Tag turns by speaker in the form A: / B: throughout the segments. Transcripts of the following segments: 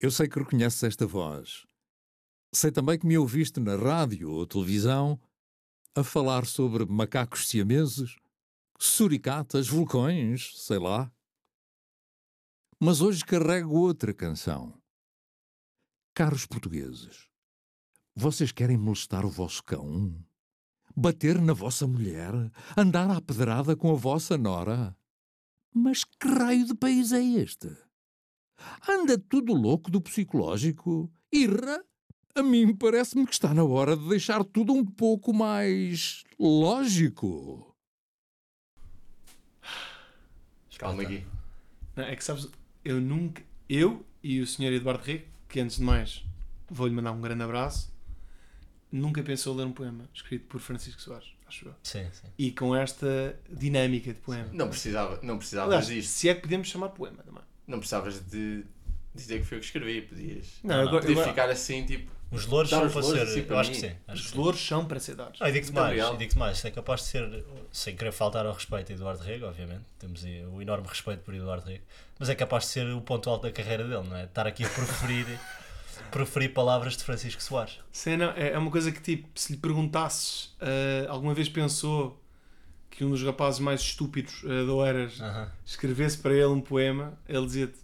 A: Eu sei que reconheces esta voz. Sei também que me ouviste na rádio ou televisão a falar sobre macacos siameses, suricatas, vulcões, sei lá. Mas hoje carrego outra canção. Caros portugueses, vocês querem molestar o vosso cão? Bater na vossa mulher? Andar à pedrada com a vossa nora? Mas que raio de país é este? Anda tudo louco do psicológico? Irra? A mim parece-me que está na hora de deixar tudo um pouco mais lógico.
B: Calma aqui.
C: Não, é que sabes, eu nunca. Eu e o Sr. Eduardo Rico, que antes de mais vou-lhe mandar um grande abraço, nunca pensou ler um poema escrito por Francisco Soares, acho eu.
B: Sim, sim.
C: E com esta dinâmica de poema.
B: Não precisava, não precisavas
C: Aliás,
B: disto.
C: se é que podemos chamar poema também.
B: Não precisavas de dizer que foi eu que escrevi. Podias,
C: Não, agora-
B: podias
C: agora-
B: ficar assim, tipo.
D: Os louros
B: Dar
D: são
B: os
D: para
B: louros, assim,
D: ser.
B: para
D: Eu acho
B: mim.
D: que sim. Acho que
C: Os
D: sim.
C: louros são para ser dados.
D: Ah, e digo-te
B: Muito
D: mais,
B: real.
D: e digo-te mais, é capaz de ser, sem querer faltar ao respeito a Eduardo Rego, obviamente, temos aí o enorme respeito por Eduardo Rego, mas é capaz de ser o ponto alto da carreira dele, não é? Estar aqui a proferir, proferir palavras de Francisco Soares.
C: Sim, não, é, é uma coisa que tipo, se lhe perguntasses, ah, alguma vez pensou que um dos rapazes mais estúpidos ah, da Oeiras
D: Aham,
C: escrevesse para ele um poema, ele dizia-te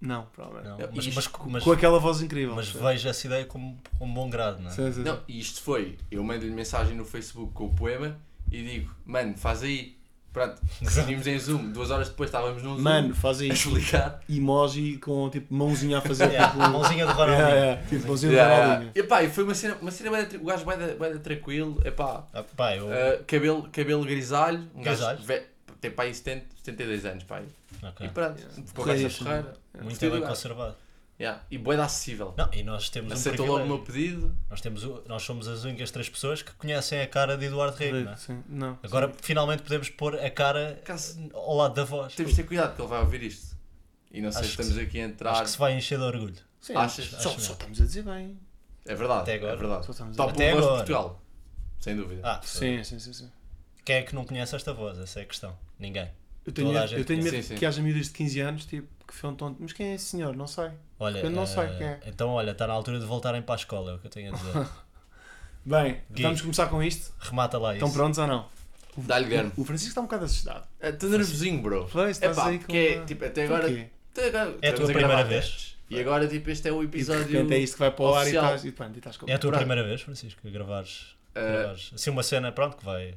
C: não, provavelmente.
D: não,
B: Não,
D: mas,
B: É, isto-
D: mas, mas,
C: Com aquela voz incrível.
D: mas
C: Sim.
D: vejo essa ideia como com um bom grado, não é?
C: Sim, sim, sim.
B: Não, e isto foi. Eu mando-lhe mensagem no Facebook com o poema e digo, mano, faz aí. Pronto, reunimos em Zoom. Duas horas depois estávamos num Zoom.
C: Mano, fazem
B: a explicar.
C: emoji com tipo mãozinha a fazer
D: Yeah,
C: tipo,
D: É, a mãozinha
B: É,
D: do Ronaldinho.
C: Yeah, yeah, tipo mãozinha
B: Yeah,
C: do
B: yeah.
C: Ronaldinho.
B: Epá, e foi uma cena, uma cena bué da- o gajo vai da, tranquilo. Epá,
D: Ah, pá, eu,
B: ah, cabelo, cabelo grisalho. Um gajo
D: Grisalho?
B: ve- tem pá aí 70, 72 anos, pá. aí.
D: ok,
B: E pronto, com a
C: Ferreira,
B: Raça
C: sim.
B: Ferreira.
D: muito
B: fodido
D: bem
B: gajo.
D: conservado.
B: Yeah. E boeda acessível.
D: Não, e nós temos um
B: Aceitou logo o
D: privilégio.
B: meu pedido.
D: Nós, temos, o- nós somos as únicas três pessoas que conhecem a cara de Eduardo Rego, não é?
C: Sim, não.
D: Agora finalmente podemos pôr a cara
B: Caso-
D: ao lado da voz.
B: Temos de ter cuidado que ele vai ouvir isto. E não sei
D: Acho
B: se
D: que
B: estamos aqui a
D: Acho
B: entrar.
D: que se vai encher de orgulho.
C: Sim,
B: Achas?
C: só,
D: Acho
C: só
D: mesmo.
C: estamos a dizer bem.
B: É verdade.
D: Até agora.
B: É verdade.
C: Só estamos a-
B: Top
D: Até
B: 1 voz de
D: agora.
B: Portugal. Sem dúvida.
D: Ah,
C: Sim, sim, sim. sim.
D: Quem é que não conhece esta voz? Essa é a questão. Ninguém.
C: Eu tenho
D: Toda a
C: medo, eu
D: gente
C: tenho
B: conhece.
C: medo
B: Sim, sim.
C: que haja miúdas de 15 anos tipo, que ficam tonto. Mas quem é esse senhor? Não sei.
D: Olha,
C: Eu não
D: eh,
C: sei quem é.
D: Então, olha, está na altura de voltarem para a escola, é o que eu tenho a dizer.
C: Bem,
D: Gui.
C: vamos começar com isto.
D: Remata lá isso.
C: Estão prontos ou não?
B: Dá-lhe Guilherme. assim.
C: O Francisco está um bocado assustado.
B: Estou nervosinho, bro.
C: Pois, estás
B: Epá,
C: aí com
B: porque é,
C: uma-
B: tipo, até agora.
C: Porquê?
B: até agora-
D: É a tua
B: estamos
D: primeira
B: gravar
D: vez?
B: testes. E agora, tipo, este é o
C: E de
B: episódio.
C: repente é isto que vai para o ar e
B: oficial.
C: estás, e, pronto, Eh, e estás com
D: É a tua
B: Pronto.
D: primeira vez, Francisco, que gravares, gravares. Assim, uma cena, pronto, que vai,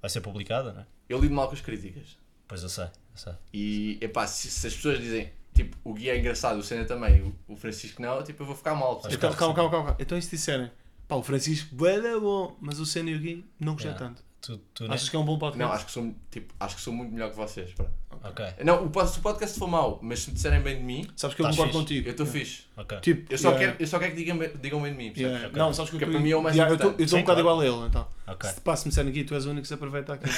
D: vai ser publicada, não é?
B: Eu lido mal com as críticas.
D: Pois eu sei, eu sei.
B: E, epá, se, se as pessoas dizem, tipo, o Gui é engraçado, o Senna também, o, o Francisco não, tipo, eu vou ficar mal. pessoal.
C: Então, calma, calma, calma. calma. Então, e se disserem, pá, o Francisco, bué da bom, mas o Senna e o Gui não gostei
D: Yeah.
C: tanto.
D: Tu, tu
C: Achas que é um bom podcast?
B: Não, acho que sou, tipo, acho que sou muito melhor que vocês. pá.
D: Ok,
B: Não, o, pod- se o podcast for mau, mas se me disserem bem de mim,
C: Sabes que é eu
D: Tá
C: concordo
D: fixe.
C: contigo.
B: eu estou fixe.
D: ok.
C: Tipo,
B: Eu só,
C: yeah,
B: quero, eu só quero que digam, bem- digam bem de mim, percebes?
C: yeah, yeah. Não, sabes que,
B: Porque
C: eu-
B: para mim é o mais
C: yeah, eu tô- Eu
B: importante.
C: estou um
D: Sim,
C: bocado
D: claro.
C: igual a ele, então.
D: Ok.
C: Se te passo-me sendo aqui, tu és o único que se aproveita aqui.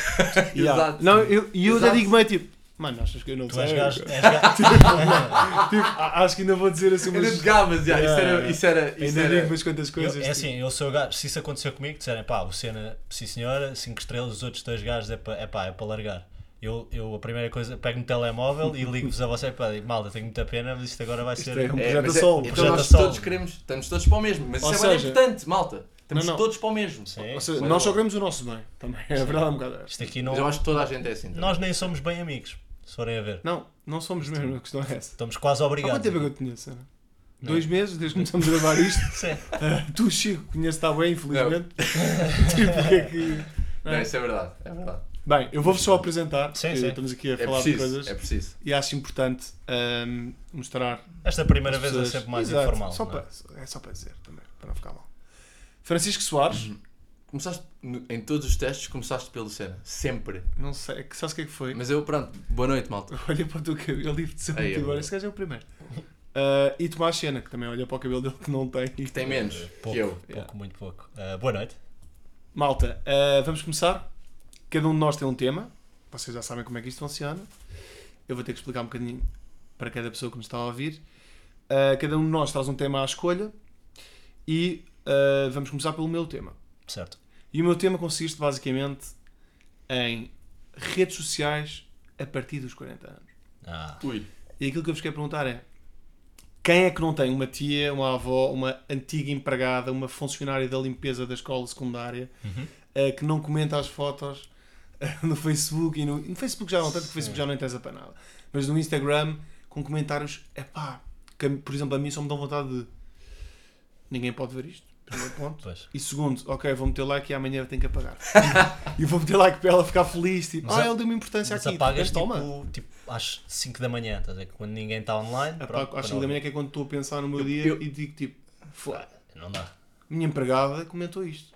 B: Exato.
C: Não, eu- e eu já
B: Exato.
C: digo meio tipo, mano, achas que eu não
D: Tu és
C: sei?
D: gajo. És gajo.
C: Tipo, a- acho que ainda vou dizer assim
B: Ainda
C: umas.
B: jogavas, já. Isso
C: Yeah.
B: era. Isso era, É isso
C: Ainda
B: era
C: digo umas quantas
D: Eu-
C: coisas.
D: é
C: tipo,
D: assim, eu sou gajo. Se isso acontecer comigo, disserem pá, o Senna, sim senhora, 5 estrelas, os outros dois gajos é para é, pá, é para largar. Eu, eu, a primeira coisa, pego no telemóvel e ligo-vos a vocês pá, digo, malta, tenho muita pena, mas isto agora vai ser.
C: é um-
B: É,
C: Projeto
B: mas
C: a sol,
B: então
D: projeto a
B: nós
D: sol.
B: todos queremos, estamos todos para o mesmo, mas
C: tá Ou
B: isso é bem
C: seja-
B: importante, malta. Estamos
C: Não, não.
B: todos para o mesmo.
D: Sim.
C: ou seja,
B: Mas é
C: nós só
B: bom.
C: queremos o nosso bem. Também. É verdade, é um bocado.
D: Isto aqui
B: Mas eu
D: não.
B: acho que toda a gente é assim.
D: Nós nem somos bem amigos, se forem a ver.
C: Não, não somos mesmo, a questão é essa.
D: Estamos quase
C: Há quanto
D: obrigados.
C: tempo é que eu te conheço? Ana?
D: é?
C: Dois meses, desde que começamos a gravar isto.
D: Sim.
C: Ah, tu, Chico, conheces está bem, infelizmente. tipo, porque é que.
B: Não, isso é verdade. É verdade.
C: Bem, eu vou-vos só apresentar.
D: Sim,
C: que
D: sim.
C: Estamos aqui a
B: É
C: falar de coisas.
B: preciso. É preciso.
C: E acho importante ahm, mostrar.
D: Esta primeira
C: às
D: vez é
C: pessoas-
D: sempre mais
C: Exato,
D: informal.
C: Só
D: não é?
C: para, é só para dizer também, para não ficar mal. Francisco Soares,
D: Uhum.
B: Começaste no- em todos os testes, começaste pelo cena. Sempre.
C: não sei, é que sabes o que é que foi?
B: Mas eu, pronto, boa noite, malta.
C: Olha para o teu cabelo e disse
B: Aí, eu-
C: agora, esse gajo é o primeiro. Ah, e Tomás Sena, que também olha para o cabelo dele que não tem.
B: Que tem menos
D: Pouco,
B: que eu.
D: pouco, muito pouco. Ah, boa noite.
C: Malta, ah, vamos começar. Cada um de nós tem um tema. Vocês já sabem como é que isto funciona. Eu vou ter que explicar um bocadinho para cada pessoa que nos está a ouvir. Ah, cada um de nós traz um tema à escolha e ah, vamos começar pelo meu tema.
D: Certo.
C: E o meu tema consiste basicamente em redes sociais a partir dos 40 anos.
D: Ah,
B: Ui.
C: E aquilo que eu vos quero perguntar é: Quem é que não tem uma tia, uma avó, uma antiga empregada, uma funcionária da limpeza da escola secundária
D: Uhum.
C: eh, que não comenta as fotos eh, no Facebook e no, no Facebook já não tanto, que o Facebook já não interessa para nada, mas no Instagram com comentários, epá, que, por exemplo, a mim só me dão vontade de ninguém pode ver isto. Primeiro ponto.
D: Pois.
C: E segundo, ok, vou meter like e amanhã tenho que apagar. e vou meter like para ela ficar feliz. Tipo,
D: Mas
C: ah,
D: a-
C: ele deu uma importância
D: Mas
C: aqui.
D: apagas
C: mas toma.
D: tipo, tipo às 5 da manhã, estás a ver? Quando ninguém está online. pronto,
C: Apago
D: para
C: às 5 da
D: não-
C: manhã que é quando estou a pensar no meu
B: Eu-
C: dia
B: eu-
C: e digo tipo, "Foda,
D: Não dá.
C: minha empregada comentou isto.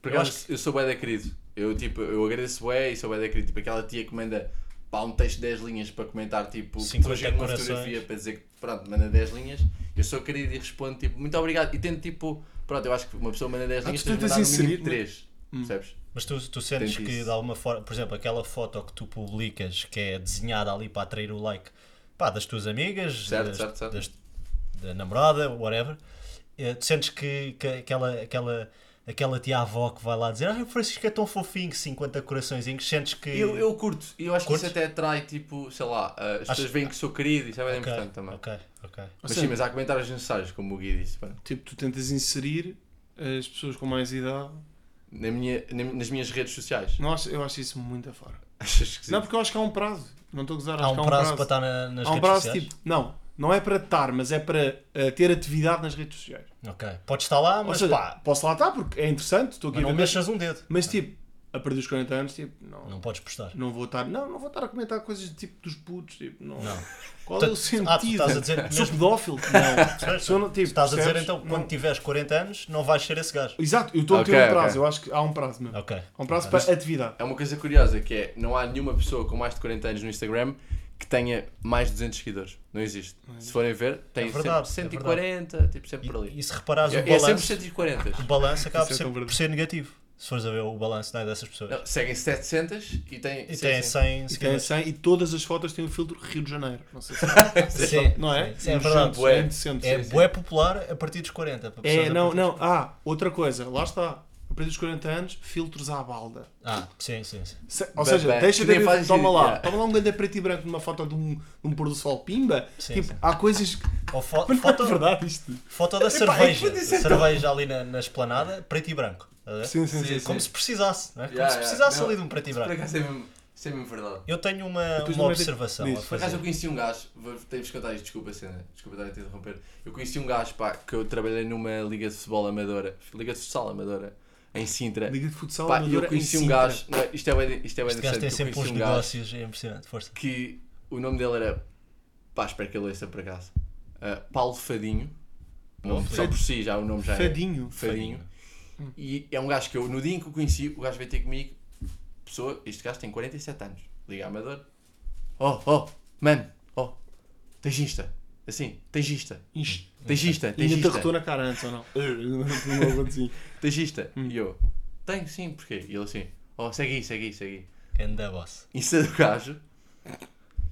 B: Porque
D: Eu
B: eu,
D: acho
B: eu sou bué da querido. Eu, tipo, eu agradeço bué e sou bué da querido. Tipo, aquela tia que manda pá, um texto de 10 linhas para comentar, tipo,
D: 50
B: corrigindo uma
D: corações.
B: fotografia para dizer que, pronto, manda 10 linhas. Eu sou querido e respondo, tipo, muito obrigado. E tento, tipo, pronto, eu acho que uma pessoa manda 10
C: Ah,
B: linhas,
C: tu
B: tens de
C: tentas
B: mandar no mínimo
C: inserir, né?
B: 3. Percebes?
D: Mas tu, tu sentes
B: Tem
D: que
B: isso.
D: de alguma forma, por exemplo, aquela foto que tu publicas que é desenhada ali para atrair o like pá, das tuas amigas,
B: Certo,
D: das-
B: certo, certo.
D: das- da namorada, whatever, eh, tu sentes que, que aquela, aquela, aquela tia avó que vai lá dizer ah, o Francisco é tão fofinho, 50 coraçõezinhos, sentes que.
B: Eu, eu curto. E eu acho
D: Curtes?
B: que isso até atrai, tipo, sei lá, as pessoas
D: Acho-
B: veem que sou querido e isso é bem
D: Ok,
B: importante também.
D: ok, ok.
C: Ou
B: Mas
C: seja,
B: sim, mas há comentários necessários, como o Gui disse. pá.
C: Tipo, tu tentas inserir as pessoas com mais idade.
B: Na minha, na- nas minhas redes sociais.
C: Não, acho- eu acho isso muito afora.
B: Achas esquisito?
C: Não, porque eu acho que há um prazo. Não estou a gozar,
D: Há
C: acho
D: um
C: que há
D: prazo,
C: um prazo.
D: para estar na- nas
C: há um
D: redes
C: prazo
D: sociais.
C: tipo, não, não é para estar, mas é para eh, ter atividade nas redes sociais.
D: Ok, podes estar lá,
C: Ou
D: mas
C: seja,
D: pá,
C: posso lá estar porque é interessante, estou aqui
D: mas
C: a
D: não
C: ver.
D: mexas um dedo.
C: Mas tipo, a partir dos 40 anos, tipo, não,
D: Não
C: não.
D: podes postar.
C: vou estar, não, não vou estar a comentar coisas de tipo dos putos, tipo, não.
D: Não.
C: Qual é
D: Portanto,
C: o sentido?
D: ah, tu estás a dizer que
C: Sou
D: mesmo-
C: pedófilo? Não. Sou, não, tipo,
D: Tu estás a dizer
C: percebes?
D: então que quando
C: Não.
D: tiveres 40 anos não vais ser esse gajo.
C: Exato, eu estou a
B: Ok,
C: ter um prazo,
B: ok.
C: eu acho que há um prazo mesmo.
D: Ok.
C: Há um prazo para atividade.
B: É uma coisa curiosa que é, não há nenhuma pessoa com mais de 40 anos no Instagram que tenha mais de 200 seguidores. Não existe. Se forem ver, tem
D: verdade,
B: sempre
D: é
B: 140, tipo sempre por
D: E,
B: ali.
D: e se reparares
B: É,
D: o
B: é sempre
D: balanço,
B: 140.
D: o balanço acaba por
C: Isso é
D: ser,
C: tão
D: por
C: verdade.
D: ser negativo. Se fores a ver o balanço né, dessas pessoas.
B: Não, seguem 700 e tem.
D: e
B: sim,
D: tem
B: sim.
D: 100
C: E tem
D: seguidores.
C: 100 e todas as fotos têm o filtro Rio de Janeiro. Não sei se é,
D: Sim,
C: Não é?
D: sim, é
C: Indecente,
D: verdade.
B: Bué.
C: é indecente.
D: É
B: sim.
D: bué popular a partir dos 40. para
C: É,
D: pessoas a
C: não,
D: partir-
C: não. Ah, outra coisa, lá está. A partir dos 40 anos, filtros à balda.
D: Ah, sim, sim, sim.
C: Se-
B: Bem,
C: ou seja,
B: bem,
C: deixa
B: tu
C: de
B: nem
C: haver,
B: fazes
C: toma
B: isso,
C: lá,
B: yeah.
C: toma lá um grande preto e branco numa foto de um, de um pôr do sol pimba.
D: Sim,
C: tipo,
D: sim.
C: há coisas que.
D: Ou fo-
C: Mas não é
D: foto,
C: verdade isto.
D: foto da cerveja. da cerveja ali na, na esplanada, preto e branco. estás a ver?
C: Sim, sim, sim.
D: Como se precisasse, não é? Como
B: Yeah,
D: se
B: yeah.
D: precisasse
B: Não,
D: ali de um preto e
B: Isso por
D: branco.
B: acaso é mesmo, isso é mesmo verdade.
D: Eu tenho uma, uma
C: depois não é de-
D: observação
C: diz.
D: a
B: Por acaso eu
D: fazer.
B: conheci um gajo, vou- tenho-vos contar isto, desculpa cena, desculpa estar a te interromper. Eu conheci um gajo pá, que eu trabalhei numa liga de futebol amadora, liga de futsal amadora, em Sintra.
C: Liga de futsal,
B: Pá, e
C: amadora
B: eu conheci
C: em
B: um
C: Sintra.
B: gajo, não, isto é bem, isto é bem
D: Este gajo
B: interessante,
D: tem
B: que eu
D: sempre uns
B: conheci um gajo
D: negócios, é impressionante. Força.
B: que o nome dele era. Pá, espero que ele ouça por acaso. Uh, Paulo Fadinho. O nome só por si, já o nome já
C: Fadinho.
B: é. Fadinho. E é um gajo que eu, no dia em que o conheci, o gajo veio ter comigo. Pessoa, este gajo tem 47 anos. Liga amador. Oh, oh, mano, oh, tens Insta. Assim, tens Insta.
C: Ixi,
B: Tens Insta, tens
C: Ainda te
B: Insta.
C: arretou na cara antes ou não? Não, não, assim.
B: Tens Insta. E eu, tenho sim, porquê? E ele assim, oh, segue aí, segue aí, segue aí.
D: Ganda boss.
B: Insta do gajo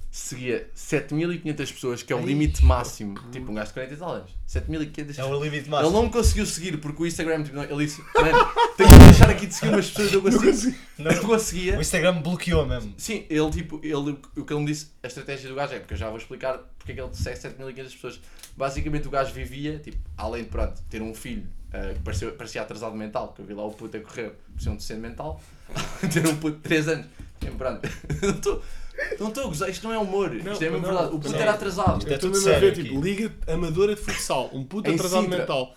B: seguia 7500 pessoas, que é o limite máximo. Tipo, um gajo de 40 e tal anos. 7500
D: É o limite
B: Ele
D: máximo.
B: não me conseguiu seguir porque o Instagram, tipo, não- ele disse: Mano, tenho que deixar aqui de seguir umas pessoas. Eu consigo.
D: Não-
B: Eu conseguia.
D: O Instagram me bloqueou mesmo.
B: Sim, ele tipo, ele, o que ele me disse, a estratégia do gajo é, porque eu já vou explicar porque é que ele segue 7500 pessoas. Basicamente o gajo vivia, tipo, além de pronto, ter um filho ah, que parecia, parecia atrasado mental, que eu vi lá o puto a correr por ser um deficiente mental, ter um puto de 3 anos. Sim, pronto, não estou não estou a gozar, isto não é humor, isto é mesmo
C: não,
B: verdade. O
C: não.
B: puto era atrasado.
D: Isto é
C: Eu estou
D: tudo
C: mesmo a ver,
D: sério
C: tipo,
D: aqui.
C: Liga Amadora de Futsal, um puto
B: Em
C: atrasado
B: Sintra.
C: mental,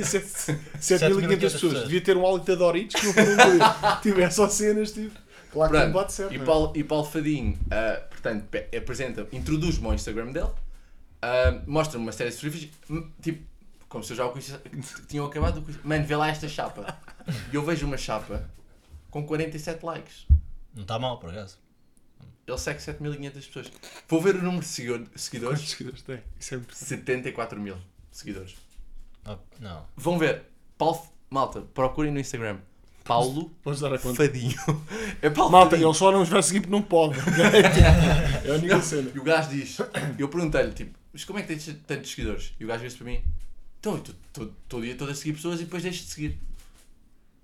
C: 7.500
D: 7.500
C: pessoas.
D: pessoas.
C: devia ter um hálito de Doritos que não podia Tipo, é só cenas, tipo, claro que não
B: Pronto,
C: bate certo.
B: e,
C: não é?
B: Paulo, e Paulo Fadinho, ah, portanto, pe- apresenta, introduz-me ao Instagram dele, ah, mostra-me uma série de fotografias, hum, tipo, como se eu já o conhecesse, que tinham acabado de conhecer. Mano, vê lá esta chapa. E eu vejo uma chapa com 47 likes.
D: Não está mal, por acaso.
B: Ele segue 7500 pessoas. Vou ver o número de seguido-
C: Quantos
B: seguidores.
C: seguidores tem? Isso é impressionante.
B: 74 mil seguidores.
D: Ah, Não.
B: Vão ver. Paulo, F- malta, procurem no Instagram. Paulo
C: Vamos dar a conta.
B: Fadinho. É Paulo
C: Malta,
B: Fadinho.
C: ele só não os vai seguir porque não pode. é a única cena.
B: E o gajo diz, eu perguntei-lhe, tipo, mas como é que tens tantos seguidores? E o gajo disse para mim, então, eu estou- estou- todo dia estou a seguir pessoas e depois deixo de seguir.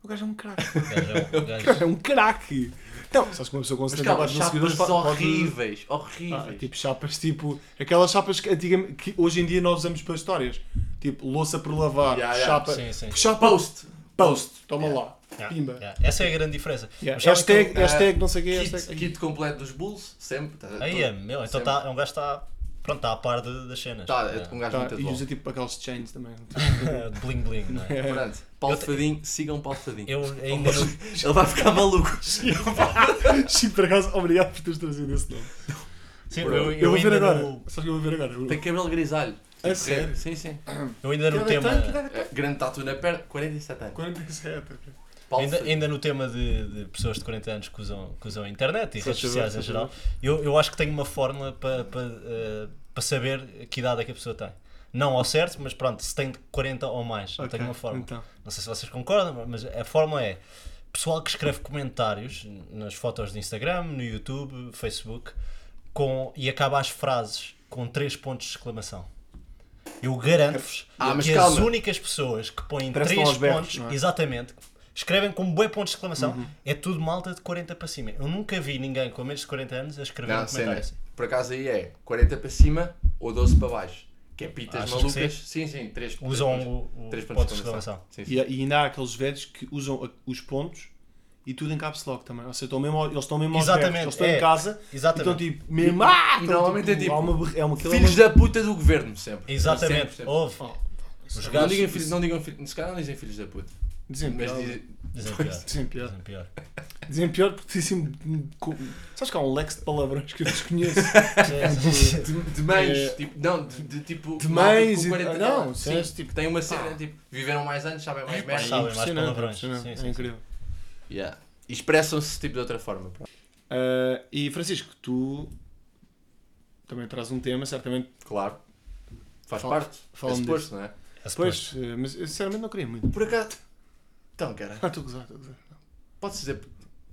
C: O gajo é um craque.
D: O gajo é um- o gajo-
C: Cara, é um craque. Não, sabes que uma pessoa com
B: Mas
C: 70
B: calma,
C: watts de seguidores
B: chapas
C: pode- pode-
B: horríveis,
C: Ah,
B: horríveis.
C: tipo chapas, tipo aquelas chapas que, antigamente, que hoje em dia nós usamos para histórias, tipo louça por lavar,
B: Yeah, yeah.
C: chapa,
D: Sim, sim.
C: chapa,
B: Post.
C: post, toma
B: Yeah.
C: lá,
D: Yeah,
C: pimba.
D: yeah. Essa é a grande diferença.
C: Yeah. É
D: Mas sabes que
C: Hashtag,
D: eu-
C: hashtag, não sei o que,
B: Ah, Kit,
C: hashtag.
B: kit completo dos Bulls, sempre. Tá-
D: Aí
B: todo-
D: é, meu, então
B: sempre.
D: tá, é um gajo que está. Pronto, está a par de- das cenas.
B: Tá, é
D: Yeah.
B: um gajo
C: Tá,
B: muito
C: e
B: atual.
C: usa tipo aqueles chains também.
D: É, de Bling bling, não é?
B: Pronto, Paulo
D: Eu te-
B: Fadinho, sigam Paulo Fadinho.
D: Eu ainda não.
B: Ele vai ficar maluco.
C: Chico, por acaso, obrigado por teres trazido esse nome.
D: Sim,
B: Bro,
D: eu,
C: Eu,
D: eu
C: vou ver
D: ainda
C: agora.
D: no,
C: Sabes o que eu vou ver agora?
B: Tem cabelo grisalho.
C: A
B: Tipo,
C: sério?
B: Sim, sim.
D: eu ainda no
C: é Que idade
D: tema.
C: tem? Que idade
B: Eh, Grande tatu na perna, 47 anos.
C: 47.
B: Paulo
D: Ainda,
B: Fadinho.
D: ainda no tema de, de pessoas de 40 anos que usam, que usam a internet e
C: Só
D: redes
C: saber,
D: sociais
C: só
D: em geral, eu, eu acho que tenho uma fórmula para pa, eh, pa saber que idade é que a pessoa tem. Não ao certo, mas pronto, se tem 40 ou mais, eu
C: Ok,
D: tenho uma fórmula.
C: Então.
D: Não sei se vocês concordam, mas a fórmula é: pessoal que escreve comentários nas fotos de Instagram, no YouTube, Facebook, com, e acaba as frases com três pontos de exclamação. Eu garanto-vos
B: Ah, mas
D: que as
B: calma.
D: únicas pessoas que põem
C: Parece que
D: três
C: estão aos berros,
D: pontos,
C: não é?
D: exatamente, escrevem com bué pontos de exclamação, é tudo malta de 40 para cima. Eu nunca vi ninguém com menos de 40 anos a escrever
B: Não,
D: um
B: cena. é
D: comentário assim.
B: Por acaso aí é 40 para cima ou 12 para baixo. Que é pitas
D: Achas que
B: malucas. Sim, sim, 3
D: Usam o, o
B: três
D: ponto de
B: exclamação.
D: exclamação.
B: Sim, sim.
C: E, e ainda há aqueles velhos que usam a- os pontos e tudo em caps lock também. Ou seja, estão mesmo, ao- eles estão mesmo aos
D: Exatamente,
C: berros. Eles estão
D: é.
C: em casa
D: Exatamente.
C: e estão tipo, mesmo. Ah!
B: e
C: Estão,
B: normalmente é tipo,
C: há uma berra- é uma, aquilo é
B: Filhos
C: uma-
B: da puta do governo, sempre.
D: Exatamente,
B: Sempre, sempre.
D: houve. Os
B: Não
D: gajos
B: digam filhos, não digam filhos, se calhar não dizem filhos da puta.
C: Dizem
B: Mas
C: pior.
B: dizem.
D: dizem pior.
C: Dizem pior.
D: Dizem pior.
C: Dizem pior porque dizem. com- Sabes que há um lex de palavrões que eu desconheço.
D: É,
B: De, de mães,
C: É.
B: tipo, não, de, de tipo.
C: De
B: malta com
C: mães e-
B: 40
C: ah, não,
B: anos.
C: cenas
B: sim,
C: tipo,
B: tem uma
D: Ah.
B: cena, tipo, viveram mais anos, sabem mais merda.
D: sabem mais
C: Impressionante,
D: palavrões.
C: impressionante.
D: Sim, sim,
C: É incrível.
B: Yeah. E expressam-se tipo de outra forma.
C: Ah, e Francisco, tu também traz um tema, certamente.
B: Claro. Faz
C: Fala-
B: parte.
C: fala-me
B: é suposto, não é?
D: É suposto.
C: Pois, eh, mas eu sinceramente não queria muito.
B: Por acaso. Então, cara,
C: Ah, estou a gozar, estou a gozar.
B: podes dizer,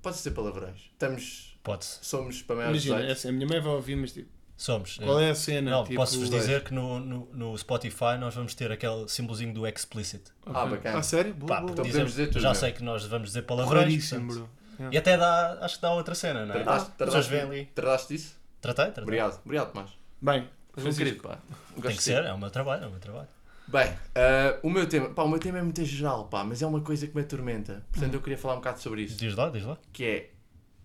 B: podes dizer palavrões. Estamos.
D: Pode-se.
B: Somos para maiores de
C: Imagina,
B: 18.
C: é assim, a minha mãe vai ouvir, mas tipo,
D: Somos. eh,
C: qual é a cena?
D: Não,
C: tipo,
D: posso-vos dizer que no, no, no Spotify nós vamos ter aquele símbolozinho do explicit.
C: Ok.
B: Ah, bacana.
C: Ah, sério? Boa,
D: Pá,
C: boa,
D: porque
B: Então
C: boa.
B: podemos dizer tudo,
D: já
B: não é?
D: sei que nós vamos dizer palavrões.
C: Raríssimo,
D: portanto.
C: bro. Yeah.
D: E até dá, acho que dá outra cena, não é?
B: Trataste,
D: As pessoas vêm
B: trataste,
D: ali.
B: trataste disso?
D: Tratei, tratei.
B: Obrigado, obrigado, Tomás.
C: Bem,
B: És um
C: Francisco,
B: querido, pá. Gosto
D: Tem
B: de
D: que
B: ti.
D: ser, é o meu trabalho, é o meu trabalho.
B: Bem, ah, o meu tema, pá, o meu tema é muito geral, pá, mas é uma coisa que me atormenta. Portanto, eu queria falar um bocado sobre isso.
D: Diz lá, diz lá.
B: Que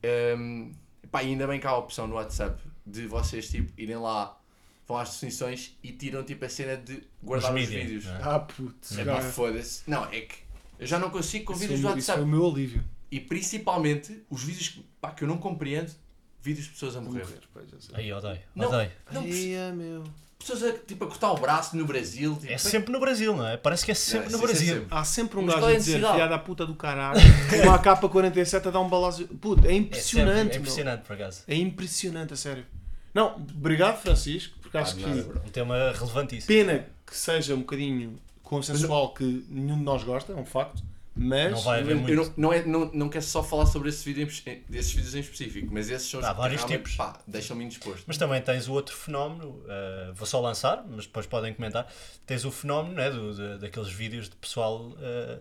B: é. hum, pá, ainda bem que há a opção no WhatsApp de vocês, tipo, irem lá, vão às definições e tiram, tipo, a cena de guardar
D: Os
B: os,
D: mídia,
B: vídeos.
D: não é?
C: Ah, putz.
D: É
B: Pá,
C: cara.
B: foda-se. Não, é que eu já não consigo com
C: Isso
B: vídeos
C: é
B: do
C: o- Isso é
B: WhatsApp.
C: o meu alívio.
B: E principalmente os vídeos que, pá, que eu não compreendo, vídeos de pessoas a morrer.
C: pá, já sei.
D: Aí, odeio,
B: Não,
D: odeio.
B: não,
C: Ai, é meu.
B: pessoas a, tipo, a cortar o braço no Brasil. Tipo,
D: É sempre no Brasil, não é? Parece que é sempre
B: É,
D: no
B: sim, sim,
D: Brasil.
B: sempre.
C: Há sempre um
B: Mas
C: gajo
B: qual é
C: a
B: a
C: dizer
B: necessidade?
C: filha da puta do caralho. Uma AK-47 a dar um balazo. Puto, é
D: É sempre-
C: impressionante,
D: É
C: meu.
D: impressionante, por acaso.
C: É impressionante, a sério. Não, obrigado, Francisco, porque acho que.
B: nada, bro.
D: Um tema relevantíssimo.
C: Pena que seja um bocadinho consensual que nenhum de nós gosta, é um facto, mas
D: Não vai haver
B: Eu, eu
D: muito.
B: não, não, é, não, não quero só falar sobre esse vídeo em, espe- desses vídeos em específico, mas esses são os
D: Há
B: que
D: vários
B: realmente,
D: tipos.
B: pá, deixam-me indisposto.
D: Mas também tens o outro fenómeno, eh, vou só lançar, mas depois podem comentar. Tens o fenómeno né, do, da- daqueles vídeos de pessoal eh,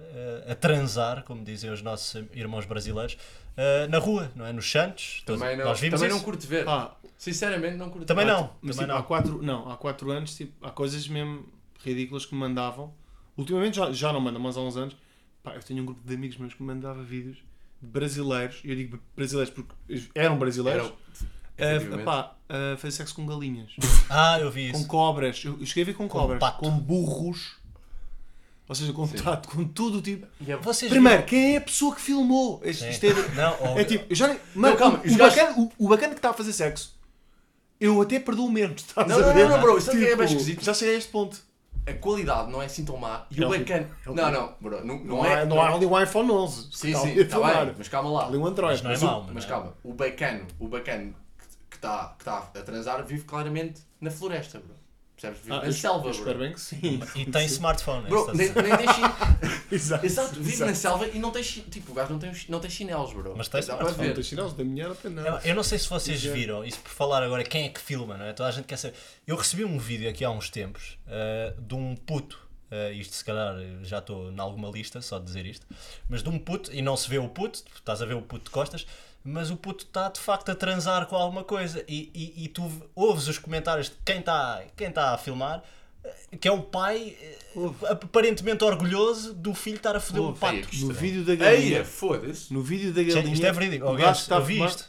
D: eh, a transar, como dizem os nossos irmãos brasileiros, eh, na rua, não é? Nos Santos. Todos-
B: também não,
D: nós vimos
B: também
D: isso.
B: não curto Ah, ver.
C: pá,
B: Sinceramente, não curto
D: Também
B: ver.
D: não.
C: mas
D: também
C: tipo, há
D: não.
C: quatro, não, há quatro anos tipo, há coisas mesmo ridículas que me mandavam. Ultimamente já, já não mandam, mas há uns anos pá, eu tenho um grupo de amigos meus que me mandava vídeos de brasileiros, e eu digo brasileiros porque eram brasileiros,
B: Era,
C: a-
B: efetivamente.
C: Eh, pá, a fazer sexo com galinhas,
D: Ah, eu vi
C: com
D: isso.
C: cobras, eu, eu cheguei a ver com cobras,
D: pato.
C: com burros, ou seja, com trato, com todo o tipo.
B: E é-
D: Vocês
C: Primeiro, quem é a pessoa que filmou? Isto,
D: viram?
C: isto é-
D: Não, ou-
C: É tipo, eu já nem. Mano,
B: calma,
C: o,
B: os
C: o
B: gajos-
C: bacana, o, o bacana que está a fazer sexo, eu até perdoo menos. Estás
B: Não,
C: a
B: não,
C: ver?
B: não, não, bro, isso é que é bem esquisito.
C: Tipo, Já cheguei a este ponto.
B: A qualidade não é assim tão má. E
C: É
B: o
C: horrível.
B: bacana.
C: É
B: Não,
C: horrível.
B: não, bro, não, não, é.
C: não há ali um iPhone 11. que
B: Sim,
C: está
B: sim,
C: ali a
B: está
C: filmar.
B: bem, mas calma
C: Há
B: lá.
C: ali um
D: Mas
C: Android.
D: não é
C: mas
D: mau,
B: Mas
D: não é?
B: calma, o bacano, o bacano que está que tá a transar vive claramente na floresta, bro. Percebes? Vive
C: Ah,
B: na
C: eu-
B: selva,
C: eu
B: bro.
C: Espero bem que sim.
D: E tem smartphone. é isso que
B: Bro,
D: estás a
B: nem,
D: dizer.
B: nem deixem.
C: Exato.
B: Exato, vive
C: exato.
B: na selva e não tem. chi- Tipo, o gajo não tem, os- não tem chinelos, bro.
D: Mas tem
B: Dá para
D: smartphone,
B: ver.
C: Não tens sinais da
D: É,
C: minha era para nada.
D: Eu não sei se vocês
C: Exato.
D: viram, isso por falar agora, quem é que filma, não é? Toda a gente quer saber. Eu recebi um vídeo aqui há uns tempos ah, eh, de um puto eh, isto se calhar já estou em alguma lista, só de dizer isto, mas de um puto, e não se vê o puto, tipo, estás a ver o puto de costas, mas o puto está de facto a transar com alguma coisa e, e, e tu ouves os comentários de quem está quem tá a filmar, eh, que é o pai eh, aparentemente orgulhoso do filho estar a foder o
C: Ouve.
D: pato.
B: Ei, que
C: No
B: estranho.
C: vídeo da galinha.
B: Eia, foda-se.
C: No vídeo da galinha.
D: Gente, é isto é verídico.
C: o
D: Oh,
C: gajo
D: gajo,
C: está a
D: eu vi
C: fumar-
D: isto.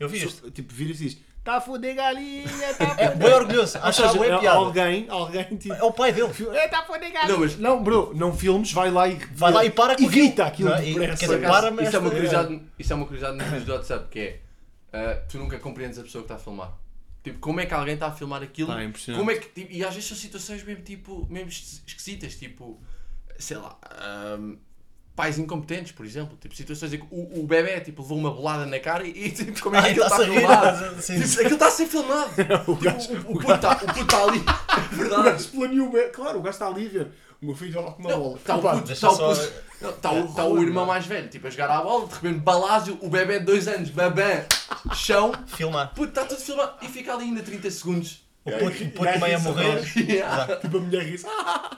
D: Eu vi isto.
C: Tipo, vira e diz: Está a foder galinha, tá a
D: É
C: foder.
D: bem orgulhoso.
C: Ou
D: Acha
C: seja,
D: bué
C: é
D: piada.
C: Alguém, alguém, tipo.
D: É o pai dele.
C: Está a foder galinha.
B: Não, mas-
C: Não, bro, não filmes, vai lá e.
D: Vai lá e para com
C: E grita
D: aquilo.
C: aquilo
D: Não é? E-
C: que parece.
D: quer
B: Por
D: dizer,
B: acaso,
D: para-me
B: isso, é
D: esta-
B: uma curiosidade, isso é uma curiosidade nos vídeos do WhatsApp que é ah, tu nunca compreendes a pessoa que está a filmar. Tipo, como é que alguém está a filmar aquilo?
C: Pá, é impressionante.
B: como é que, tipo, e às vezes são situações mesmo, tipo, mesmo es- esquisitas, tipo, sei lá, ahm, pais incompetentes, por exemplo. Tipo, situações em que o, o bebê tipo, levou uma bolada na cara e, e, tipo, como é que
D: Ai,
B: aquilo
D: está-se Ah,
B: está
D: a rir,
B: filmado?
D: estás a- sim.
B: Tipo, aquilo está a ser filmado. Tipo, o, o, puto está- o puto está ali.
C: O
B: Verdade.
C: gajo planeou bem. Claro, o gajo está ali a ver. O meu filho joga com uma bola.
B: Está o,
C: Pá,
B: puto,
D: deixa
B: tá o,
D: só- É,
B: puto- não, tá o, tá o irmão mais velho, tipo, a jogar à bola, de repente balásio, o bebê de 2 anos, babã, chão,
D: Filmar.
B: puto, está tudo filmado e fica ali ainda 30 segundos.
D: O puto, o puto
C: É. Gajo
D: meio a
C: isso,
D: morrer.
C: gajo.
B: Yeah.
C: Tipo, a mulher ri-se. Ah!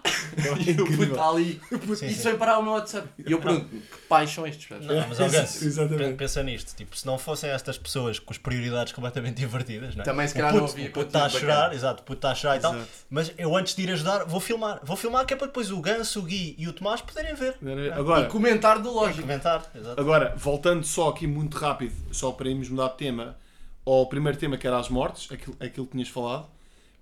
B: E o puto está ali.
D: Sim, sim.
B: Isso vem parar o meu WhatsApp. E eu pergunto, que pais são estes? percebes?
D: Não, Ah, mas ó,
C: Isso,
D: Ganso,
C: exatamente.
D: pe- pensa nisto, tipo, se não fossem estas pessoas com as prioridades completamente divertidas, não é?
B: Também se
D: O
B: calhar
D: puto,
B: não havia
D: o puto está a
B: conteúdo
D: chorar,
B: bacana.
D: exato, o puto está a chorar e tal,
C: Exato.
D: mas eu antes de ir ajudar vou filmar, vou filmar que é para depois o Ganso, o Gui e o Tomás poderem ver, É.
C: Agora,
B: Comentário do lógico.
D: comentar, exato.
C: Agora, voltando só aqui muito rápido, só para irmos mudar de tema, ao primeiro tema que era as mortes, aquilo, aquilo que tinhas falado,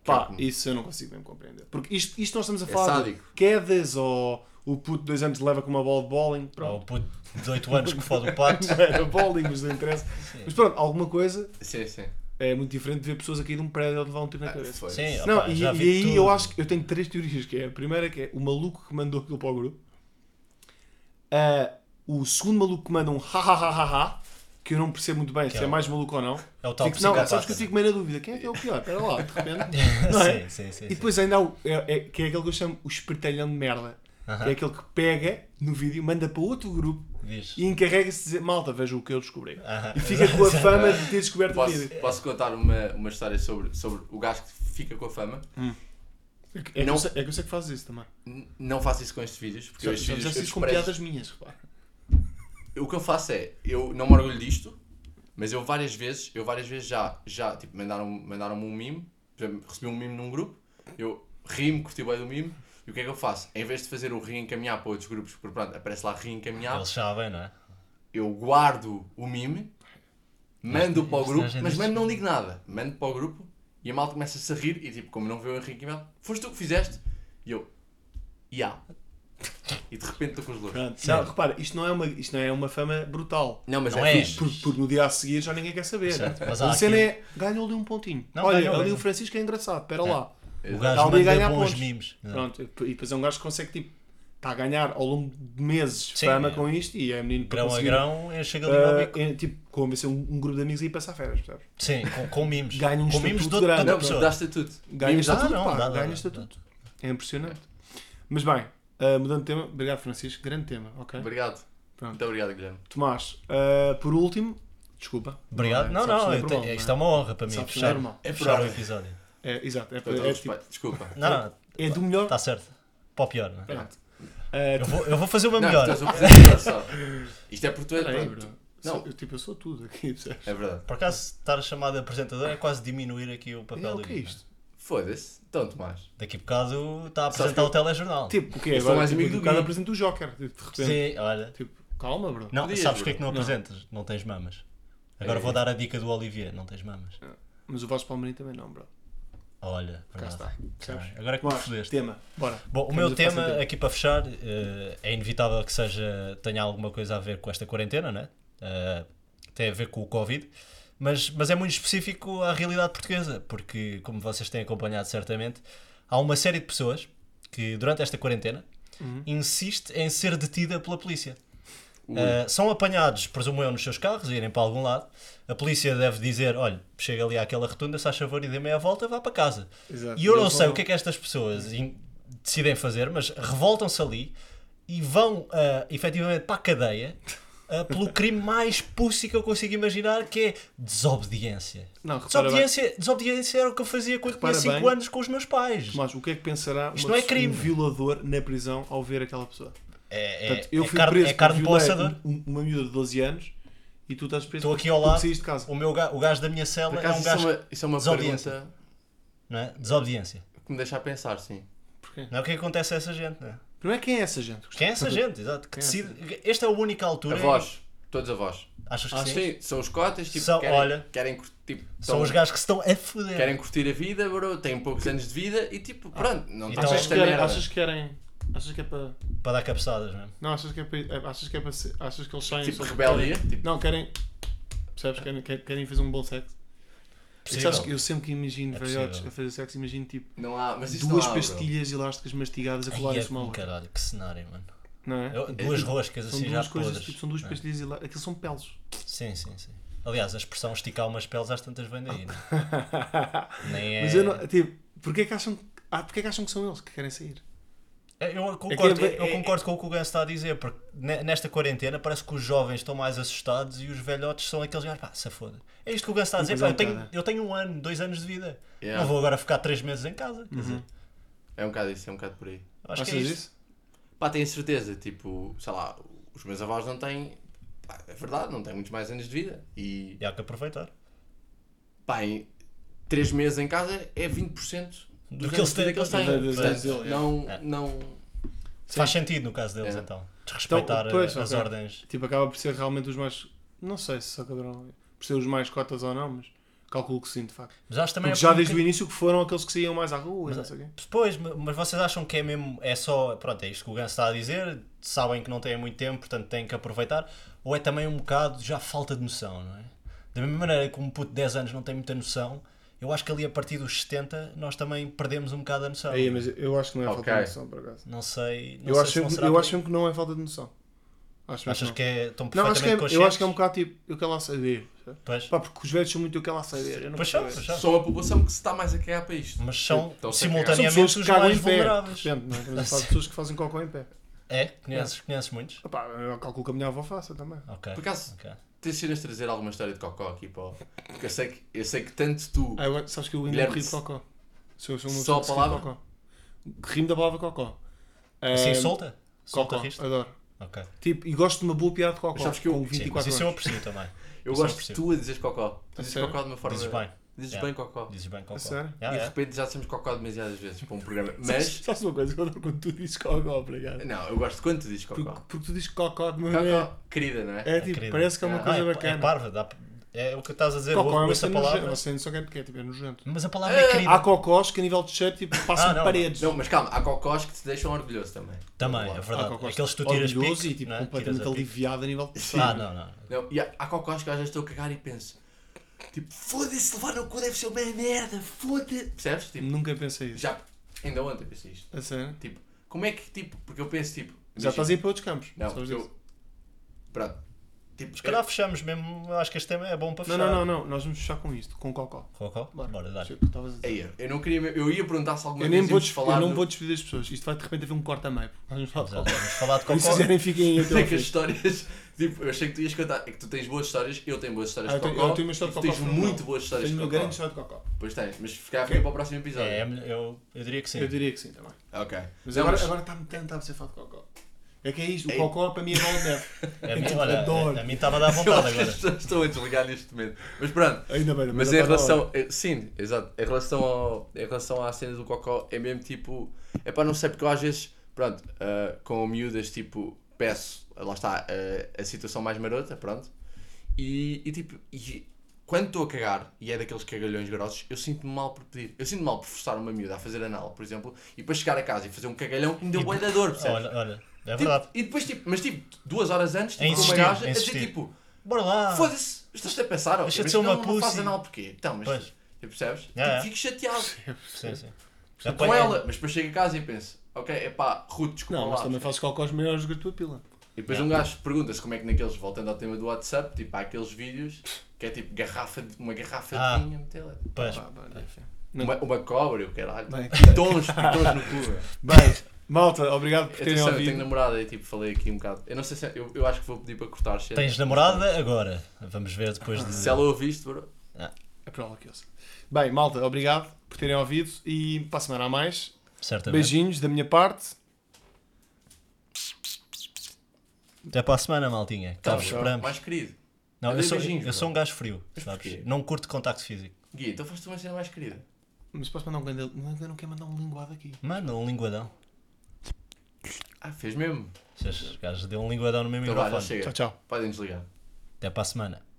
C: pá,
B: Que
C: isso eu não consigo mesmo compreender. Porque isto, isto nós estamos a
B: É
C: falar de
B: sádico.
C: quedas ou o puto de dois anos leva com uma bola de bowling,
D: Ou o
C: pronto.
D: puto de 18 anos que fode o pato, é
C: Não era bowling, mas não interessa. Mas pronto, alguma coisa
B: Sim, sim.
C: é muito diferente de ver pessoas a cair de um prédio ou de levar um tiro na cabeça.
B: Ah, Foi.
D: sim,
C: Não,
D: opá,
C: e,
D: já
C: e
D: vi
C: aí
D: tudo.
C: eu acho que eu tenho três teorias, que é a primeira que é o maluco que mandou aquilo para o grupo, Ah, o segundo maluco que manda um ha ha ha ha ha, que eu não percebo muito bem se
D: é
C: é,
D: o-
C: mais maluco ou não.
D: É o tal
C: Fico- não, sabes
D: psicopata.
C: que eu fico meio na dúvida, quem é que é o pior? Espera lá, de repente. não
D: Sim,
C: é?
D: sim, sim.
C: E depois ainda há o, é, é- que é aquele que eu chamo o espertalhão de merda.
D: Aham.
C: Que é aquele que pega no vídeo, manda para outro grupo
D: Diz.
C: e encarrega-se de dizer, malta, veja o que eu descobri.
D: Aham.
C: E fica com a fama de ter descoberto o
B: Posso,
C: vídeo.
B: posso contar uma, uma história sobre, sobre o gajo que fica com a fama?
C: É que, eu
B: Não-
C: sei- é que eu sei que fazes isso também.
B: N- Não faço isso com estes vídeos, porque
C: Já,
B: estes
C: já, já
B: vídeos eu
C: fiz com
B: desprezo.
C: piadas minhas, repara.
B: o que eu faço é, eu não me orgulho disto, mas eu várias vezes, eu várias vezes já, já tipo, mandaram, mandaram-me um mimo, por exemplo, recebi um mimo num grupo, eu ri-me, curti bem do mimo, e o que é que eu faço? Em vez de fazer o reencaminhar para outros grupos, porque pronto, aparece lá reencaminhar,
D: Eles sabem, não é?
B: eu guardo o mime, mando para o
D: mas é
B: grupo,
D: nós já
B: mas mando
D: disse-
B: não digo nada, mando para o grupo, e a malta começa a rir, e tipo, como não vê o reencaminhar, foste tu que fizeste, e eu, ya. E de repente estou com os louros.
C: Pronto. Ah, Não, repara, isto não é uma, isto não é uma fama brutal.
B: Não, mas
D: Não
B: é,
D: é.
B: fixe.
C: Porque por no dia a seguir já ninguém quer saber.
D: Certo,
C: né?
D: mas há
C: a cena
D: aqui-
C: é, ganhou ali um pontinho.
D: Não,
C: Olha,
D: ganhou,
C: ali
D: ganhou.
C: o Francisco é engraçado, pera lá.
D: O
C: Está
D: gajo
C: ali a
D: manda
C: ganhar
D: bons
C: pontos.
D: mimos. Não.
C: Pronto, e depois é um gajo que consegue, tipo, está a ganhar ao longo de meses
D: Sim,
C: fama
D: é.
C: com isto e é menino para
D: Grão a
C: conseguir.
D: grão, enche ali
C: ah,
D: o bico.
C: é, tipo, convencer um, um grupo de amigos a ir passar férias, percebes?
D: Sim, com, com mimos.
C: Ganha um
D: com mimos
C: estatuto
D: de outra
C: grande.
B: Não,
D: outra
C: mas
B: porque
D: pessoa.
B: dá estatuto.
C: Ganha
D: Mimos dá,
C: estatuto,
D: não,
C: pá,
D: dá, dá,
C: ganha
D: dá.
C: estatuto. É impressionante. Mas bem, ah, mudando de tema, obrigado Francisco, grande tema, ok?
B: Obrigado.
C: Pronto.
B: Muito obrigado, Guilherme.
C: Tomás, ah, por último, desculpa.
D: Obrigado. Não,
C: Sabes
D: não,
C: que
D: eu
C: normal,
D: te-
C: não
D: isto é uma honra para mim
C: Sabes que
D: fechar,
C: é normal.
B: É
D: fechar o
B: verdade.
D: episódio.
C: É, exato, é,
B: Com todo o
C: é, tipo,
B: respeito. Então, Desculpa.
D: Não, não,
C: é do melhor.
D: está certo. Para o pior, não é?
C: Pronto. Ah,
D: Tá. Eu vou, eu vou fazer o meu
B: Não,
D: melhor.
B: tu és o apresentador só. Isto é por tu.
C: Peraí,
B: pronto.
C: bro.
B: Não.
C: Sou- eu, tipo, eu sou tudo aqui, percebes?
B: É verdade.
D: Por acaso, estar chamado de apresentador é quase diminuir aqui o papel
C: É, o
D: do
C: que é
D: Guilherme.
C: isto?
B: Foda-se. Então, Tomás.
D: Daqui a bocado está a
B: Sabes
D: apresentar
B: que-
D: o telejornal.
C: Tipo, o que é?
B: Eu sou
C: Agora,
B: mais
C: tipo,
B: amigo do
C: o cara
B: Gui.
C: apresenta o Joker, tipo, de repente.
D: Sim, olha.
C: Tipo, calma, bro.
D: Não,
B: Podias, É.
D: sabes
B: bro.
D: porque é que não apresentas? Não tens mamas. Agora vou dar a dica do Olivier, não tens mamas.
C: Mas o Vasco Palmeirinho também não, bro.
D: Olha,
C: Cá
D: verdade.
C: está. Percebes?
D: Caralho, Agora é que me
C: Bora,
D: fodeste.
C: tema. Bora.
D: Bom, o
C: Vamos
D: meu
C: ao próximo
D: tema,
C: tema.
D: aqui para fechar, eh, é inevitável que seja, tenha alguma coisa a ver com esta quarentena, né? Eh, tem a ver com o Covid, mas, mas é muito específico à realidade portuguesa, porque, como vocês têm acompanhado certamente, há uma série de pessoas que, durante esta quarentena, Uhum. insiste em ser detida pela polícia. Eh, são apanhados, presumo eu, nos seus carros, a irem para algum lado. A polícia deve dizer: olha, chega ali àquela rotunda, se faz favor e dê meia volta, vá para casa.
C: Exato.
D: E eu não
C: Eles
D: sei
C: vão-
D: o que é que estas pessoas in- decidem fazer, mas revoltam-se ali e vão ah, efetivamente para a cadeia ah, pelo crime mais pussy que eu consigo imaginar, que é desobediência.
C: Não, repara bem.
D: Desobediência, desobediência era o que eu fazia quando tinha
C: Repara
D: 5
C: bem.
D: anos com os meus pais.
C: Mas o que é que pensará uma
D: Isto não é
C: pessoa-
D: crime.
C: um violador na prisão ao ver aquela pessoa?
D: É, é,
C: Portanto,
D: é
C: eu fui
D: carne,
C: preso
D: é carne para o
C: porque violei
D: assador.
C: um- uma miúda de 12 anos e tu estás preso
D: Estou
C: porque-
D: aqui ao
C: porque
D: lado.
C: saíste de casa.
D: O, meu, ga- o gajo da minha
B: Por
D: cela é
B: acaso,
D: um
B: isso é
D: gajo.
B: uma, isso é uma
D: desobediente.
B: pergunta
D: Não é? Desobediência.
B: que me deixa a pensar, sim.
D: Não é o que acontece a essa gente, não é?
C: Primeiro, quem é essa gente?
D: Quem é essa gente? Exato. Que
C: Quem é essa
D: decide. Esta é a única altura. em-
B: Avós, todos avós.
D: Achas que
B: Ah,
D: sim?
B: sim, são os cotas, tipo,
D: São-
B: querem,
D: olha,
B: querem cur- tipo,
D: São
B: tão-
D: os gajos que se estão a foder.
B: querem curtir a vida, bro, têm poucos anos de vida e tipo, pronto,
D: Então-
B: não estás
C: Achas
B: esta
C: que, querem,
B: merda.
C: achas que querem. Achas que é para.
D: Para dar cabeçadas, não é?
C: Não, achas que é para. Achas que é para. ser- Achas que eles saem.
B: Tipo,
C: só porque
B: rebeldia,
C: querem-
B: tipo-
C: Não, querem. Percebes? Querem, querem- querem fazer um bom
D: É
C: sexo. E
D: Possível.
C: sabes que eu sempre que imagino
D: É
C: velhotes
D: possível.
C: a fazer sexo, imagino tipo.
B: Não há, mas isso
C: duas
B: não há, bro.
C: pastilhas elásticas mastigadas a
D: Ai,
C: colar
D: é
C: se uma à
D: com
C: outra.
D: caralho, que cenário, mano.
C: Não é?
D: Eu- duas
C: É,
D: roscas
C: São
D: assim
C: duas
D: já
C: coisas,
D: podres.
C: tipo, são duas
D: não é?
C: pastilhas elásticas. Aqueles são pelos.
D: Sim, sim, sim. Aliás, a expressão esticar umas peles às tantas vem daí. não é? Nem é.
C: Mas eu não. Tipo, porquê que acham. Ah, porquê que acham que são eles que querem sair?
D: É, Eu concordo,
C: É que é-
D: eu concordo com o que o Gans está a dizer, porque ne- nesta quarentena parece que os jovens estão mais assustados e os velhotes são aqueles gajos, pá, se foda. É isto que o Gans está a dizer,
C: Mas
D: pá,
C: é
D: eu tenho,
C: cara.
D: eu tenho um ano, dois anos de vida.
B: Yeah.
D: Não vou agora ficar três meses em casa. Quer dizer,
B: É um bocado isso, é um bocado por aí.
D: acho que é
C: Uhum. Achas
D: isto.
C: isso?
B: Pá, tenho certeza, tipo, sei lá, os meus avós não têm. Pá, é verdade, não têm muitos mais anos de vida. E
D: E há que aproveitar.
B: pá, em 3 meses em casa é 20%
D: Do
B: dos
D: que eles
B: anos de vida
D: têm.
B: é que eles
C: Da-
B: têm.
C: das
B: Portanto,
C: anos dele,
B: não,
D: é.
B: não.
D: Faz sentido no caso deles,
B: É.
D: então. Desrespeitar
C: Então, pois,
D: eh, as
C: ok.
D: ordens.
C: Tipo, acaba por ser realmente os mais. Não sei se só caberão. Por ser os mais cotas ou não, mas calculo que sim, de facto.
D: Mas acho também
C: Porque
D: é
C: já
D: porque- é?
C: desde o início que foram aqueles que saíam mais à rua e não sei o quê.
D: Pois, ma- mas vocês acham que é mesmo, é só, pronto, é isto que o Ganso está a dizer, sabem que não têm muito tempo, portanto têm que aproveitar, ou é também um bocado já falta de noção, não é? Da mesma maneira que um puto de 10 anos não tem muita noção, eu acho que ali a partir dos 70 nós também perdemos um bocado a noção.
C: Aí, mas eu acho que não é
B: Ok.
C: falta de noção, por acaso.
D: Não sei, não
C: Eu
D: sei
C: acho,
D: se não
C: sempre-
D: será
C: eu
D: por-
C: acho sempre que não é falta de noção. Acho mesmo
D: Achas
C: não.
D: que é, estão
C: Não, acho que é,
D: perfeitamente conscientes?
C: eu acho que é um bocado tipo, eu quero lá saber. sabe?
D: Pois,
C: Pá, porque os velhos são muito eu quero lá saber. Eu não
D: pois
C: quero
D: são,
C: saber.
D: pois são.
B: São a população que se está mais a cagar para isto.
D: Mas são
B: Então, sei que é.
C: São
D: simultaneamente
C: pessoas
D: os
C: que cagam
D: mais
C: em pé. de
D: vulneráveis.
C: repente, não é? Estamos a falar de pessoas que fazem cocô em pé.
D: É? Conheces, conheces muitos?
C: Ah, pá, eu calculo que a minha avó faça também.
D: Ok.
B: Por acaso,
D: ok.
B: tens de trazer alguma história de cocó aqui, pá. Porque eu sei que, eu sei que tanto tu.
C: Ah, eu, sabes que eu ainda
B: Guilherme,
C: me rio de cocó. Sou, sou uma
B: só
C: pessoa que se ri
B: a palavra?
C: de cocó. Rimo da palavra cocó.
D: Assim
C: Ahm,
D: solta? Solta
C: Cocó,
D: risto?
C: adoro.
D: Ok.
C: Tipo, e gosto de uma boa piada de cocó.
B: Mas sabes que eu-
C: com
D: Sim, mas
C: 24
D: isso é eu
C: anos.
D: aprecio também.
B: eu
D: isso é
B: gosto de
D: possível.
B: tu a dizeres cocó. Tu
C: A
B: dizes
C: sério?
B: cocó de uma forma.
D: Dizes bem.
B: Dizes
D: Yeah.
B: bem cocó.
D: Dizes bem cocó.
C: A sério?
B: E
D: Yeah,
B: de
D: yeah.
B: repente já dissemos cocó demasiadas vezes para um programa.
C: Mas...
B: Mas.
C: Sabes
D: é
C: uma coisa? Eu adoro quando tu dizes cocó, obrigado.
B: Não, eu gosto de quando tu dizes
C: Porque,
B: cocó.
C: porque tu dizes cocó de uma maneira.
B: Cocó, querida, não é?
C: É tipo,
D: querido.
C: parece que é uma
B: Ah,
D: Ah,
C: coisa
D: é, é
C: bacana.
D: parva, dá- é o que estás a dizer,
C: Cocó é
D: ouve
C: uma
D: essa
C: cena
D: palavra.
C: nojenta. Você não sabe o que é, tipo, é nojento.
D: Mas a palavra é querida.
C: Há cocós que a nível de cheiro, tipo, passam
D: Ah, não,
C: paredes.
B: Não, mas calma, há cocós que te deixam orgulhoso também.
D: Também, é
C: Há
D: verdade.
C: cocós
D: Aqueles que tu tiras
C: orgulhoso
D: pique,
C: e tipo,
D: não é?
C: completamente
D: Tiras a pique.
C: aliviado a nível de
D: Ah, não, não.
B: Não, e há, há cocós que às vezes estou a cagar e penso: Tipo, foda-se, levar no cu deve ser uma merda, foda-se. Percebes? Tipo,
C: Nunca pensei isso.
B: já. Ainda ontem pensei isto.
C: A sério?
B: Tipo, como é que, tipo, porque eu penso, tipo.
C: Já
B: imagina-
C: estás a ir para outros campos.
B: Não,
C: sabes
B: porque
C: disso?
B: eu. Pronto. Tipo,
D: Se calhar fechamos mesmo, eu acho que este tema é bom para
C: Não,
D: fechar.
C: não, não, não, nós vamos fechar com isto, com cocó.
D: Cocó? Bora, dá.
C: Chico, estavas a dizer.
B: eu, Ei, eu não queria. me- Eu ia perguntar se alguma
C: Eu
B: vez
C: nem vou,
B: íamos
C: des-
B: falar.
C: eu não
B: do-
C: vou despedir as pessoas. Isto vai de repente haver um corte a meio. pô. Vamos falar de
D: Exato,
C: cocó.
D: Vamos falar de
C: Quando se
D: cocó.
C: quiserem, fiquem aí até
B: Sei
C: ao
B: que as
C: fim.
B: histórias. Tipo, eu achei que tu ias contar. É que tu tens boas histórias, eu tenho boas histórias
C: Ah, eu
B: de
C: tenho-
B: cocó.
C: eu tenho uma história
B: e tu
C: de
B: tens
C: cocó fenomenal.
B: muito boas histórias
C: Tenho
B: de
C: uma
B: cocó.
C: grande história de cocó.
B: Pois tens, mas ficar fica para o próximo episódio.
D: É, é melhor- eu, eu diria que sim.
C: Eu diria que sim, também.
B: Ok.
C: Mas é
B: Não,
C: agora agora está-me tentando a você falar de cocó. É que é isto, o
B: Ei.
C: cocó para mim é bola de neve.
D: A mim,
C: Eu
B: é
D: olha,
C: adoro.
D: a, a mim estava a dar
B: Eu
D: vontade
B: acho que as
D: agora.
B: pessoas estão a desligar neste momento. Mas pronto.
C: Ainda bem,
B: Mas
C: ainda
B: em
C: está na hora.
B: relação. eh, Sim, exato. Em relação, ao, em relação à cena do Cocó, é mesmo tipo. É pá, não sei, porque eu às vezes, pronto, ah, com miúdas, tipo, peço, lá está, ah, a situação mais marota, pronto. E, e tipo, e quando estou a cagar, e é daqueles cagalhões grossos, eu sinto-me mal por pedir. Eu sinto-me mal por forçar uma miúda a fazer anal, por exemplo, e para chegar a casa e fazer um cagalhão que me deu bué da dor, percebes?
D: Olha, olha, é
B: Tipo,
D: verdade.
B: e depois, tipo, mas tipo, duas horas antes,
D: A
B: tipo, com uma
D: insistir,
B: gaja,
D: a
B: a dizer
D: insistir.
B: tipo,
D: Bora
C: Ah.
D: lá.
B: foda-se, estás-te a pensar, ó,
D: Deixa de
B: mas
D: ser uma
B: não, não faz
D: pussy.
B: anal porquê? Então, mas,
D: Pois.
B: tu percebes?
D: É, é.
B: Tipo, fico chateado
D: Sim, sim.
B: com
D: Apanha-
B: ela, mas depois chego a casa e penso, ok, é pá, Ruth, desculpa
C: Não,
B: lá.
C: mas também
B: percebes?
C: fazes cocós maiores do que a tua pila.
B: E depois um gajo pergunta-se como é que naqueles, voltando ao tema do WhatsApp, tipo, há aqueles vídeos que é tipo garrafa de, uma garrafa
D: Ah.
B: de vinho a meter lá. tipo,
D: Pois,
C: Pá, pá, enfim. Não.
B: Uma, uma cobra, o caralho.
C: Bem.
B: Pitons, pitons no cu. velho.
C: Bem, Malta, obrigado por terem
B: Atenção, eu tenho
C: ouvido.
B: namorada e tipo, falei aqui um bocado. Eu não sei se. Eu, eu acho que vou pedir para cortar. se-
D: Tens namorada agora. Vamos ver depois de.
B: Se ela ouviste, bro.
C: É provável que eu sei. Bem, malta, obrigado por terem ouvido e para a semana a mais.
D: Certamente.
C: Beijinhos da minha parte.
D: Até para a semana, maltinha. Cá vos
B: Tá,
D: esperamos.
B: Mais querido.
D: Não, eu
B: Mandei
D: sou,
B: beijinhos,
D: eu sou um gajo frio,
B: porquê?
D: sabes? Não curto contacto físico.
B: Gui, então foste uma cena mais querida.
C: Mas posso mandar um grande. Não, eu não quero mandar um linguado aqui.
D: Manda um linguadão.
B: Ah, fez mesmo.
D: Estes gajos deu um linguadão no meu
B: Então vá, já
D: microfone.
B: chega.
C: Tchau, tchau.
B: Podem desligar.
D: Até para a semana.